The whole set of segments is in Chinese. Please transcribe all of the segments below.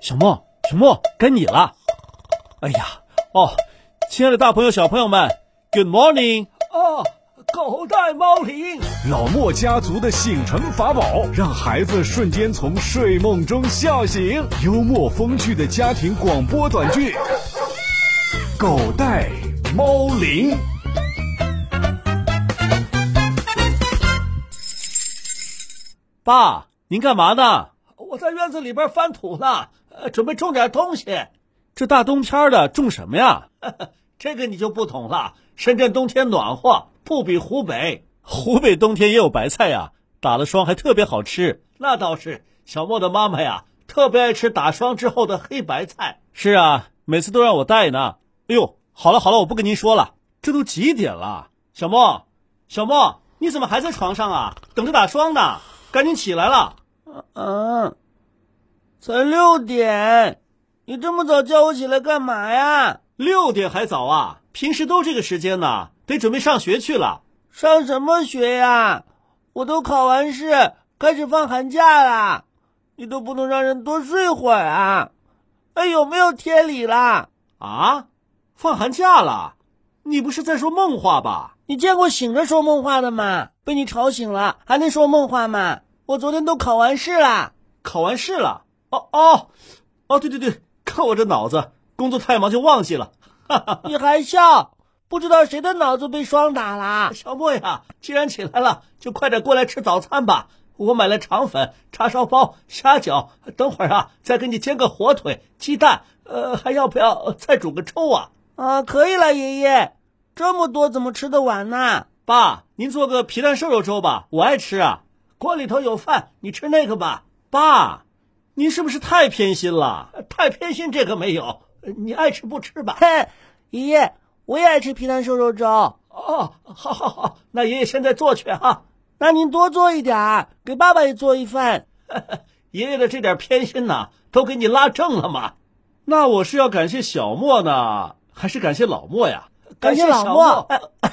小梦，小梦，该你了。哎呀，哦，亲爱的大朋友、小朋友们，Good morning！哦，狗带猫铃，老莫家族的醒神法宝，让孩子瞬间从睡梦中笑醒。幽默风趣的家庭广播短剧，《狗带猫铃》。爸，您干嘛呢？我在院子里边翻土呢，呃准备种点东西。这大冬天的种什么呀？ 这个你就不懂了。深圳冬天暖和，不比湖北。湖北冬天也有白菜呀、打了霜还特别好吃。那倒是，小莫的妈妈呀，特别爱吃打霜之后的黑白菜。是啊，每次都让我带呢。哎呦，好了好了，我不跟您说了，这都几点了？小莫，小莫，你怎么还在床上啊？等着打霜呢，赶紧起来了。嗯，才六点，你这么早叫我起来干嘛呀？六点还早啊，平时都这个时间呢，得准备上学去了。上什么学呀？我都考完试，开始放寒假啦，你都不能让人多睡会儿啊？哎，有没有天理啦？啊，放寒假了，你不是在说梦话吧？你见过醒着说梦话的吗？被你吵醒了还能说梦话吗？我昨天都考完试啦。考完试了？哦哦，哦，对对对，看我这脑子，工作太忙就忘记了。 你还笑？不知道谁的脑子被霜打啦？小莫呀，既然起来了，就快点过来吃早餐吧。我买了肠粉、叉烧包、虾饺，等会儿啊，再给你煎个火腿、鸡蛋，呃，还要不要再煮个粥啊？啊，可以了，爷爷，这么多怎么吃得完呢？爸，您做个皮蛋瘦肉粥吧，我爱吃啊。锅里头有饭，你吃那个吧。爸，您是不是太偏心了？呃太偏心这个没有，你爱吃不吃吧。嘿，爷爷，我也爱吃皮蛋瘦肉粥，哦，好好好，那爷爷现在做去啊。那您多做一点儿，给爸爸也做一份。 爷爷的这点偏心呐、都给你拉正了嘛。那我是要感谢小莫呢，还是感谢老莫呀？感谢谢老小莫哎莫，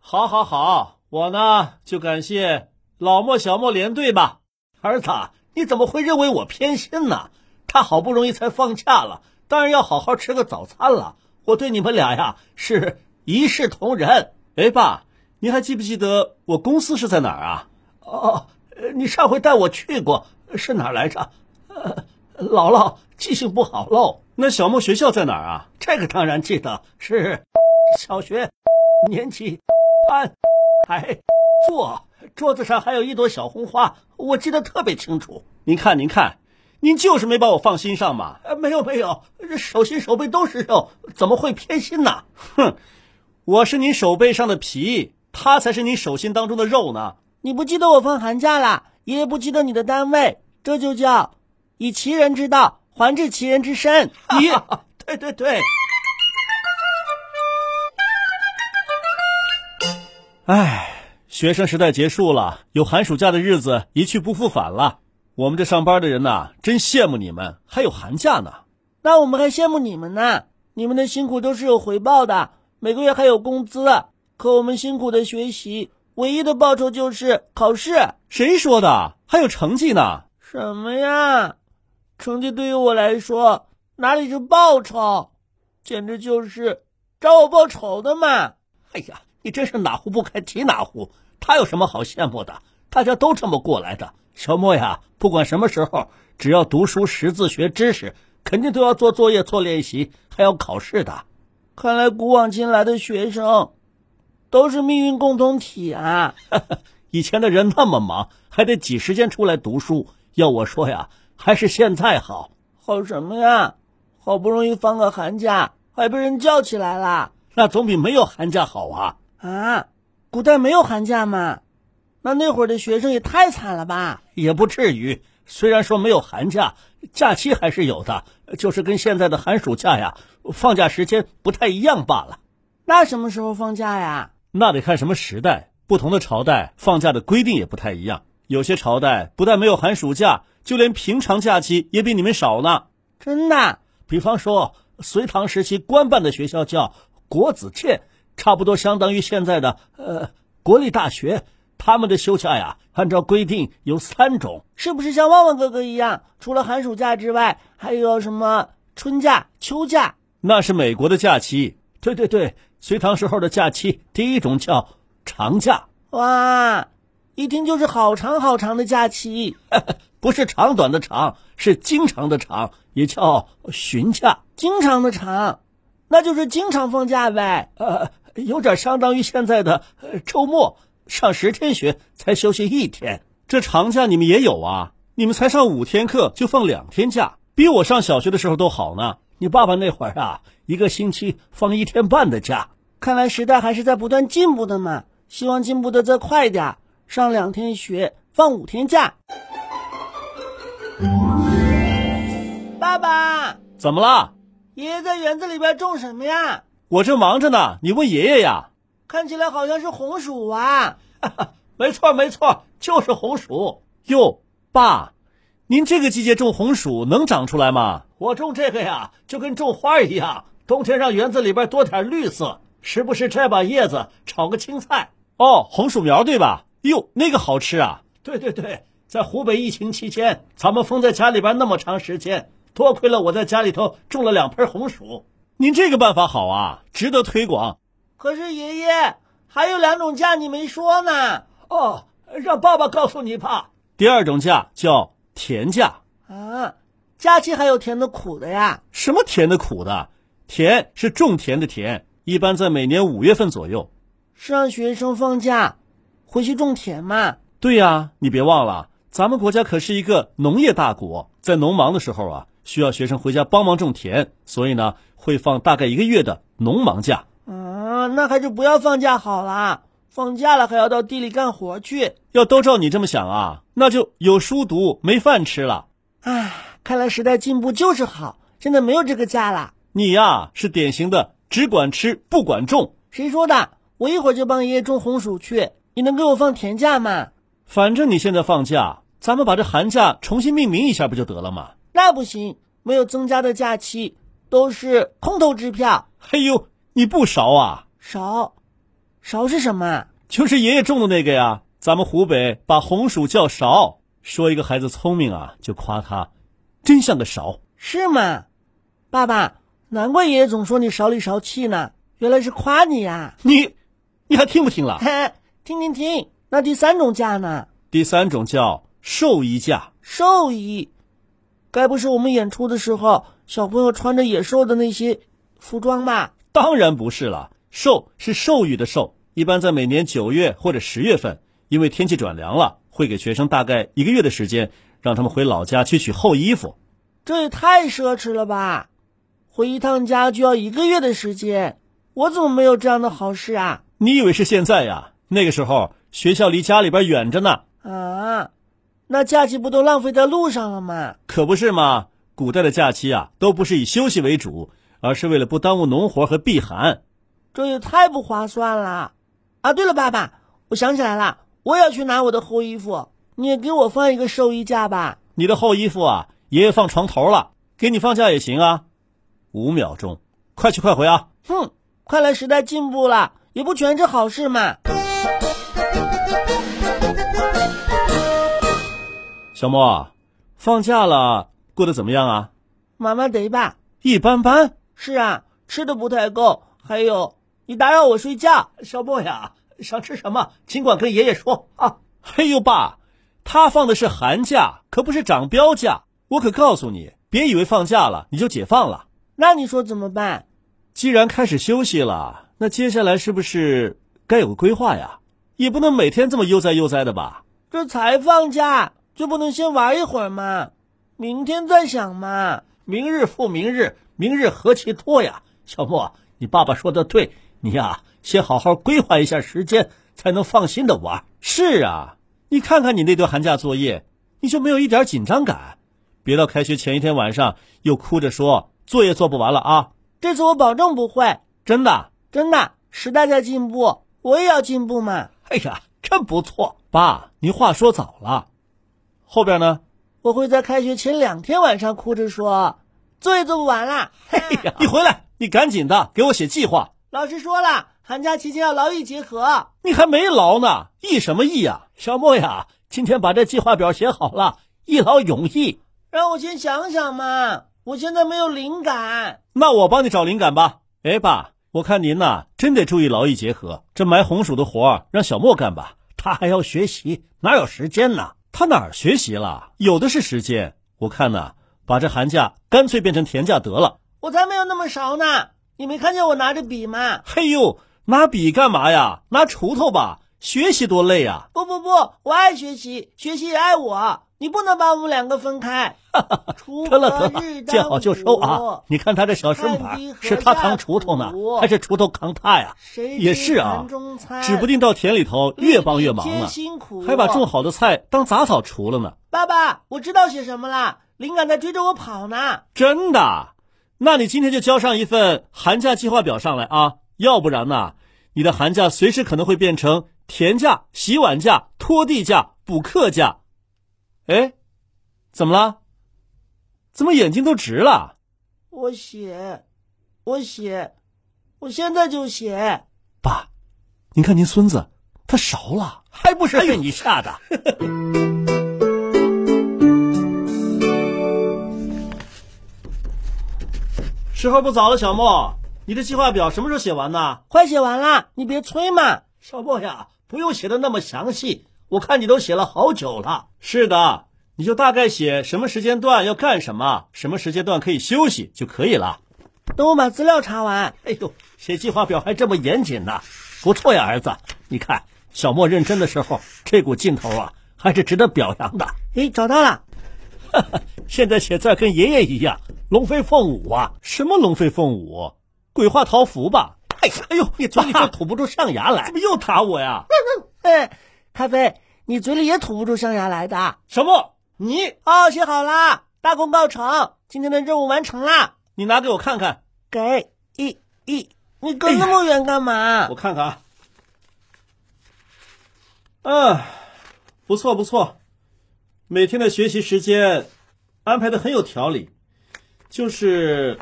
好，好，好，我呢就感谢老莫、小莫联队吧。儿子，啊你怎么会认为我偏心呢？他好不容易才放假了，当然要好好吃个早餐了。我对你们俩呀是一视同仁。哎，爸，您还记不记得我公司是在哪儿啊？哦，呃你上回带我去过是哪儿来着？呃， 姥姥记性不好喽。那小莫学校在哪儿啊？这个当然记得 是小学年级班还坐桌子上还有一朵小红花，我记得特别清楚。您看，您看，您就是没把我放心上嘛！呃，没有没有，手心手背都是肉，怎么会偏心呢？我是您手背上的皮，他才是您手心当中的肉呢。你不记得我放寒假啦？爷爷不记得你的单位，这就叫以其人之道还治其人之 身。你，对对对，唉，学生时代结束了，有寒暑假的日子一去不复返了。我们这上班的人呐、真羡慕你们还有寒假呢。那我们还羡慕你们呢，你们的辛苦都是有回报的，每个月还有工资。可我们辛苦的学习，唯一的报酬就是考试。谁说的？还有成绩呢？什么呀？成绩对于我来说哪里是报酬，简直就是找我报仇的嘛！哎呀，你真是哪壶不开提哪壶，他有什么好羡慕的？大家都这么过来的。小莫呀，不管什么时候，只要读书识字学知识，肯定都要做作业、做练习，还要考试的。看来古往今来的学生都是命运共同体啊！ 以前的人那么忙，还得挤时间出来读书。要我说呀，还是现在好。好什么呀？好不容易放个寒假，还被人叫起来啦！那总比没有寒假好啊！啊，古代没有寒假嘛？那那会儿的学生也太惨了吧？也不至于。虽然说没有寒假，假期还是有的，就是跟现在的寒暑假呀，放假时间不太一样罢了。那什么时候放假呀？那得看什么时代，不同的朝代放假的规定也不太一样。有些朝代不但没有寒暑假，就连平常假期也比你们少呢。真的？比方说，隋唐时期官办的学校叫国子监，差不多相当于现在的呃国立大学。他们的休假呀，按照规定有三种。是不是像旺旺哥哥一样，除了寒暑假之外，还有什么春假、秋假？那是美国的假期。对对对，隋唐时候的假期，第一种叫长假。哇，一听就是好长好长的假期。 不是长短的长，是经常的长，也叫巡假。经常的长，那就是经常放假呗。呃， 有点相当于现在的、呃、周末，上十天学才休息一天。这长假你们也有啊？你们才上五天课就放两天假，比我上小学的时候都好呢。你爸爸那会儿啊，一个星期放一天半的假。看来时代还是在不断进步的嘛。希望进步的再快点，上两天学，放五天假。爸爸，怎么了？爷爷在园子里边种什么呀？我正忙着呢，你问爷爷呀。看起来好像是红薯啊。 没错，没错，就是红薯。哟，爸，您这个季节种红薯能长出来吗？我种这个呀，就跟种花一样，冬天让园子里边多点绿色，时不时摘把叶子炒个青菜。哦，红薯苗对吧？哟，那个好吃啊！对对对，在湖北疫情期间，咱们封在家里边那么长时间，多亏了我在家里头种了两盆红薯。您这个办法好啊，值得推广。可是爷爷还有两种假你没说呢。哦，让爸爸告诉你吧。第二种假叫甜假啊，假期还有甜的、苦的呀？什么甜的、苦的？甜是种田的田，一般在每年五月份左右。是让学生放假回去种田嘛？对呀、啊，你别忘了，咱们国家可是一个农业大国，在农忙的时候啊，需要学生回家帮忙种田，所以呢，会放大概一个月的农忙假。啊，那还是不要放假好啦。放假了还要到地里干活去，要都照你这么想啊，那就有书读没饭吃了。唉，看来时代进步就是好，现在没有这个假啦。你呀、啊、是典型的只管吃不管种。谁说的？我一会儿就帮爷爷种红薯去。你能给我放甜假吗？反正你现在放假，咱们把这寒假重新命名一下不就得了吗？那不行，没有增加的假期都是空头支票。哎呦，你不勺啊？勺。勺是什么？啊就是爷爷种的那个呀。咱们湖北把红薯叫勺，说一个孩子聪明啊，就夸他，真像个勺。是吗？爸爸，难怪爷爷总说你勺里勺气呢，原来是夸你呀、啊。你，你还听不听了？ 听听听。那第三种假呢？第三种叫寿衣假。寿衣，该不是我们演出的时候小朋友穿着野兽的那些服装吧？当然不是了。授是授予的授，一般在每年九月或者十月份，因为天气转凉了，会给学生大概一个月的时间，让他们回老家去取厚衣服。这也太奢侈了吧！回一趟家就要一个月的时间，我怎么没有这样的好事啊？你以为是现在呀？那个时候学校离家里边远着呢。啊，那假期不都浪费在路上了吗？可不是嘛！古代的假期啊，都不是以休息为主，而是为了不耽误农活和避寒。这也太不划算了，啊！对了，爸爸，我想起来了，我也要去拿我的厚衣服，你也给我放一个寿衣假吧。你的厚衣服啊，爷爷放床头了，给你放假也行啊。五秒钟，快去快回啊！哼，看来时代进步了，也不全是好事嘛。小莫，放假了，过得怎么样啊？妈妈得吧？一般般。是啊，吃的不太够，还有。你打扰我睡觉，小莫呀，想吃什么尽管跟爷爷说啊！哎呦爸，他放的是寒假，可不是长标假。我可告诉你，别以为放假了你就解放了。那你说怎么办？既然开始休息了，那接下来是不是该有个规划呀？也不能每天这么悠哉悠哉的吧？这才放假，就不能先玩一会儿吗？明天再想嘛。明日复明日，明日何其多呀！小莫，你爸爸说的对。你呀、啊，先好好规划一下时间，才能放心的玩。是啊，你看看你那堆寒假作业，你就没有一点紧张感。别到开学前一天晚上又哭着说作业做不完了啊！这次我保证不会，真的，真的。时代在进步，我也要进步嘛。哎呀，真不错，爸，您话说早了。后边呢？我会在开学前两天晚上哭着说作业做不完啦。 哎呀，你回来，你赶紧的给我写计划。老师说了，寒假期间要劳逸结合。你还没劳呢，逸什么逸呀、啊？小莫呀，今天把这计划表写好了，一劳永逸。让我先想想嘛，我现在没有灵感。那我帮你找灵感吧。哎，爸，我看您呐、啊，真得注意劳逸结合。这埋红薯的活儿让小莫干吧，他还要学习，哪有时间呢？他哪儿学习了？有的是时间。我看呐、啊，把这寒假干脆变成田假得了。我才没有那么勺呢！你没看见我拿着笔吗？嘿呦，拿笔干嘛呀？拿锄头吧！学习多累呀、啊！不不不，我爱学习，学习也爱我。你不能把我们两个分开。得了得了，见好就收啊！你看他这小身板，是他扛锄头呢，还是锄头扛他呀？也是啊，指不定到田里头越帮越忙了，辛苦啊还把种好的菜当杂草除了呢。爸爸，我知道写什么了，灵感在追着我跑呢。真的？那你今天就交上一份寒假计划表上来啊，要不然呢、啊，你的寒假随时可能会变成田假、洗碗假、拖地假、补课假。哎，怎么了？怎么眼睛都直了？我写，我写，我现在就写。爸，您看您孙子，他勺了，哎还不是被你吓的？时候不早了，小莫，你的计划表什么时候写完呢？快写完了，你别催嘛。小莫呀，不用写的那么详细。我看你都写了好久了。是的，你就大概写什么时间段要干什么，什么时间段可以休息就可以了。等我把资料查完。哎呦，写计划表还这么严谨呢、啊，不错呀，儿子。你看小莫认真的时候，这股劲头啊，还是值得表扬的。哎，找到了。现在写字跟爷爷一样，龙飞凤舞啊！什么龙飞凤舞？鬼画桃符吧？哎呀，哎呦，你嘴里就吐不出象牙来，怎么又打 我呀？哎。咖啡，你嘴里也吐不出象牙来的。小莫，你啊哦，写好啦，大功告成，今天的任务完成啦。你拿给我看看。给一一，你哎隔那么远干嘛？我看看啊。嗯、啊，不错不错，每天的学习时间安排的很有条理，就是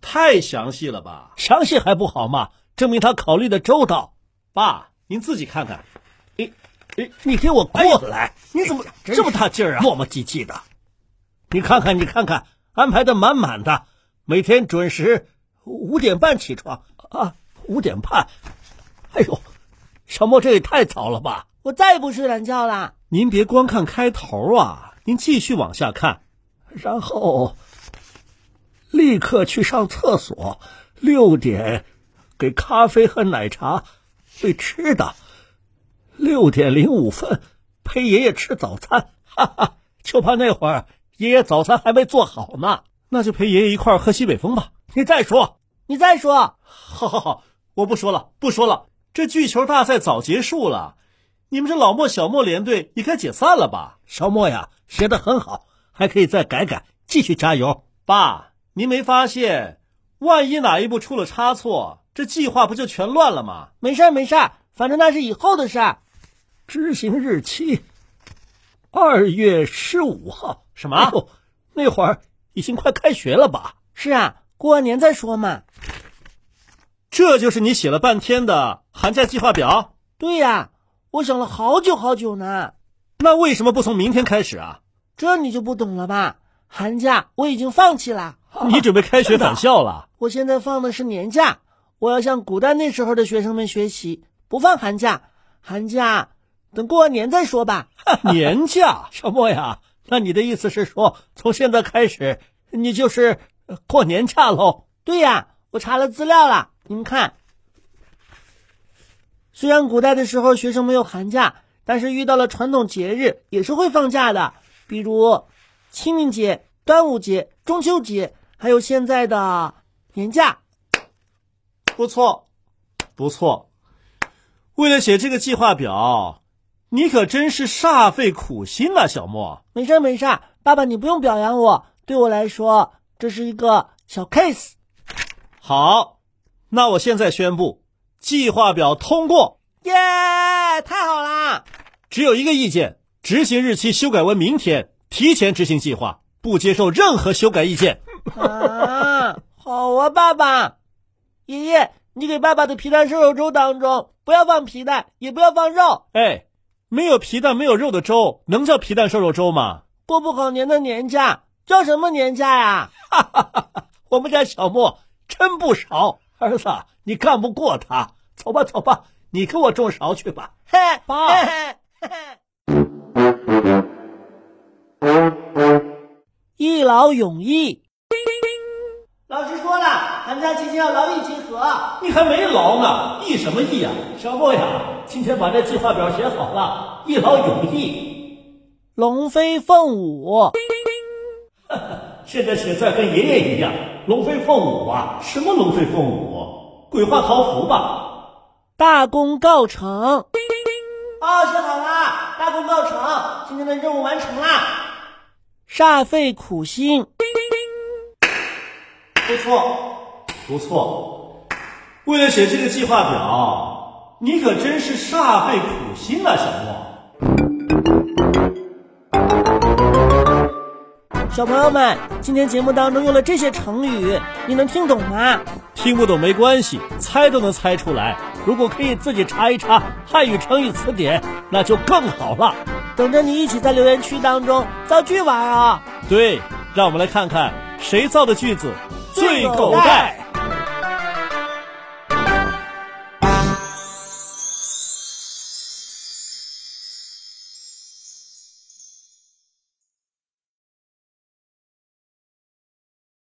太详细了吧？详细还不好嘛，证明他考虑的周到。爸，您自己看看。你你你给我过来！哎、你怎么这么大劲儿啊？磨磨唧唧的，你看看你看看，安排的满满的，每天准时五点半起床啊，五点半。哎呦，小莫这也太早了吧！我再也不睡懒觉啦。您别光看开头啊，您继续往下看，然后立刻去上厕所，六点给咖啡和奶茶喂吃的。六点零五分陪爷爷吃早餐，哈哈，就怕那会儿爷爷早餐还没做好呢。那就陪爷爷一块儿喝西北风吧。你再说，你再说，好好好，我不说了，不说了。这巨球大赛早结束了，你们这老莫、小莫连队也该解散了吧？小莫呀，写的很好，还可以再改改，继续加油。爸，您没发现，万一哪一步出了差错，这计划不就全乱了吗？没事儿，没事儿，反正那是以后的事儿。执行日期二月十五号。什么、哎？那会儿已经快开学了吧？是啊，过完年再说嘛。这就是你写了半天的寒假计划表？对呀、啊，我想了好久好久呢。那为什么不从明天开始啊？这你就不懂了吧？寒假我已经放弃了。你准备开学啊返校了？我现在放的是年假，我要向古代那时候的学生们学习，不放寒假。寒假。等过完年再 说吧。 年假，小莫呀，那你的意思是说，从现在开始，你就是呃过年假喽？对呀、啊，我查了资料了，你们看。虽然古代的时候学生没有寒假，但是遇到了传统节日也是会放假的，比如清明节、端午节、中秋节，还有现在的年假。不错，不错。为了写这个计划表。你可真是煞费苦心呐、啊，小莫。没事没事，爸爸你不用表扬我，对我来说这是一个小 case。好，那我现在宣布，计划表通过。耶，yeah, 太好啦！只有一个意见，执行日期修改为明天，提前执行计划，不接受任何修改意见。啊，好啊，爸爸，爷爷，你给爸爸的皮蛋瘦肉粥当中，不要放皮蛋，也不要放肉。哎，没有皮蛋没有肉的粥，能叫皮蛋瘦肉粥吗？过不好年的年假叫什么年假呀、哈哈哈哈！我们家小莫真不少，儿子，你干不过他。走吧，走吧，你给我种勺去吧。嘿，爸嘿嘿嘿嘿一劳永逸。老师说了，寒假期间要劳逸结合。你还没劳呢，逸什么逸啊？小莫呀，今天把这计划表写好了，一劳永逸。龙飞凤舞，现在写字跟爷爷一样，龙飞凤舞啊，什么龙飞凤舞？鬼画桃符吧？大功告成。哦，写好啦，大功告成，今天的任务完成啦。煞费苦心，不错，不错。为了写这个计划表，你可真是煞费苦心啊，小莫。小朋友们，今天节目当中用了这些成语，你能听懂吗？听不懂没关系，猜都能猜出来。如果可以自己查一查汉语成语词典，那就更好了。等着你一起在留言区当中造句玩啊、对，让我们来看看谁造的句子最最狗狗带带。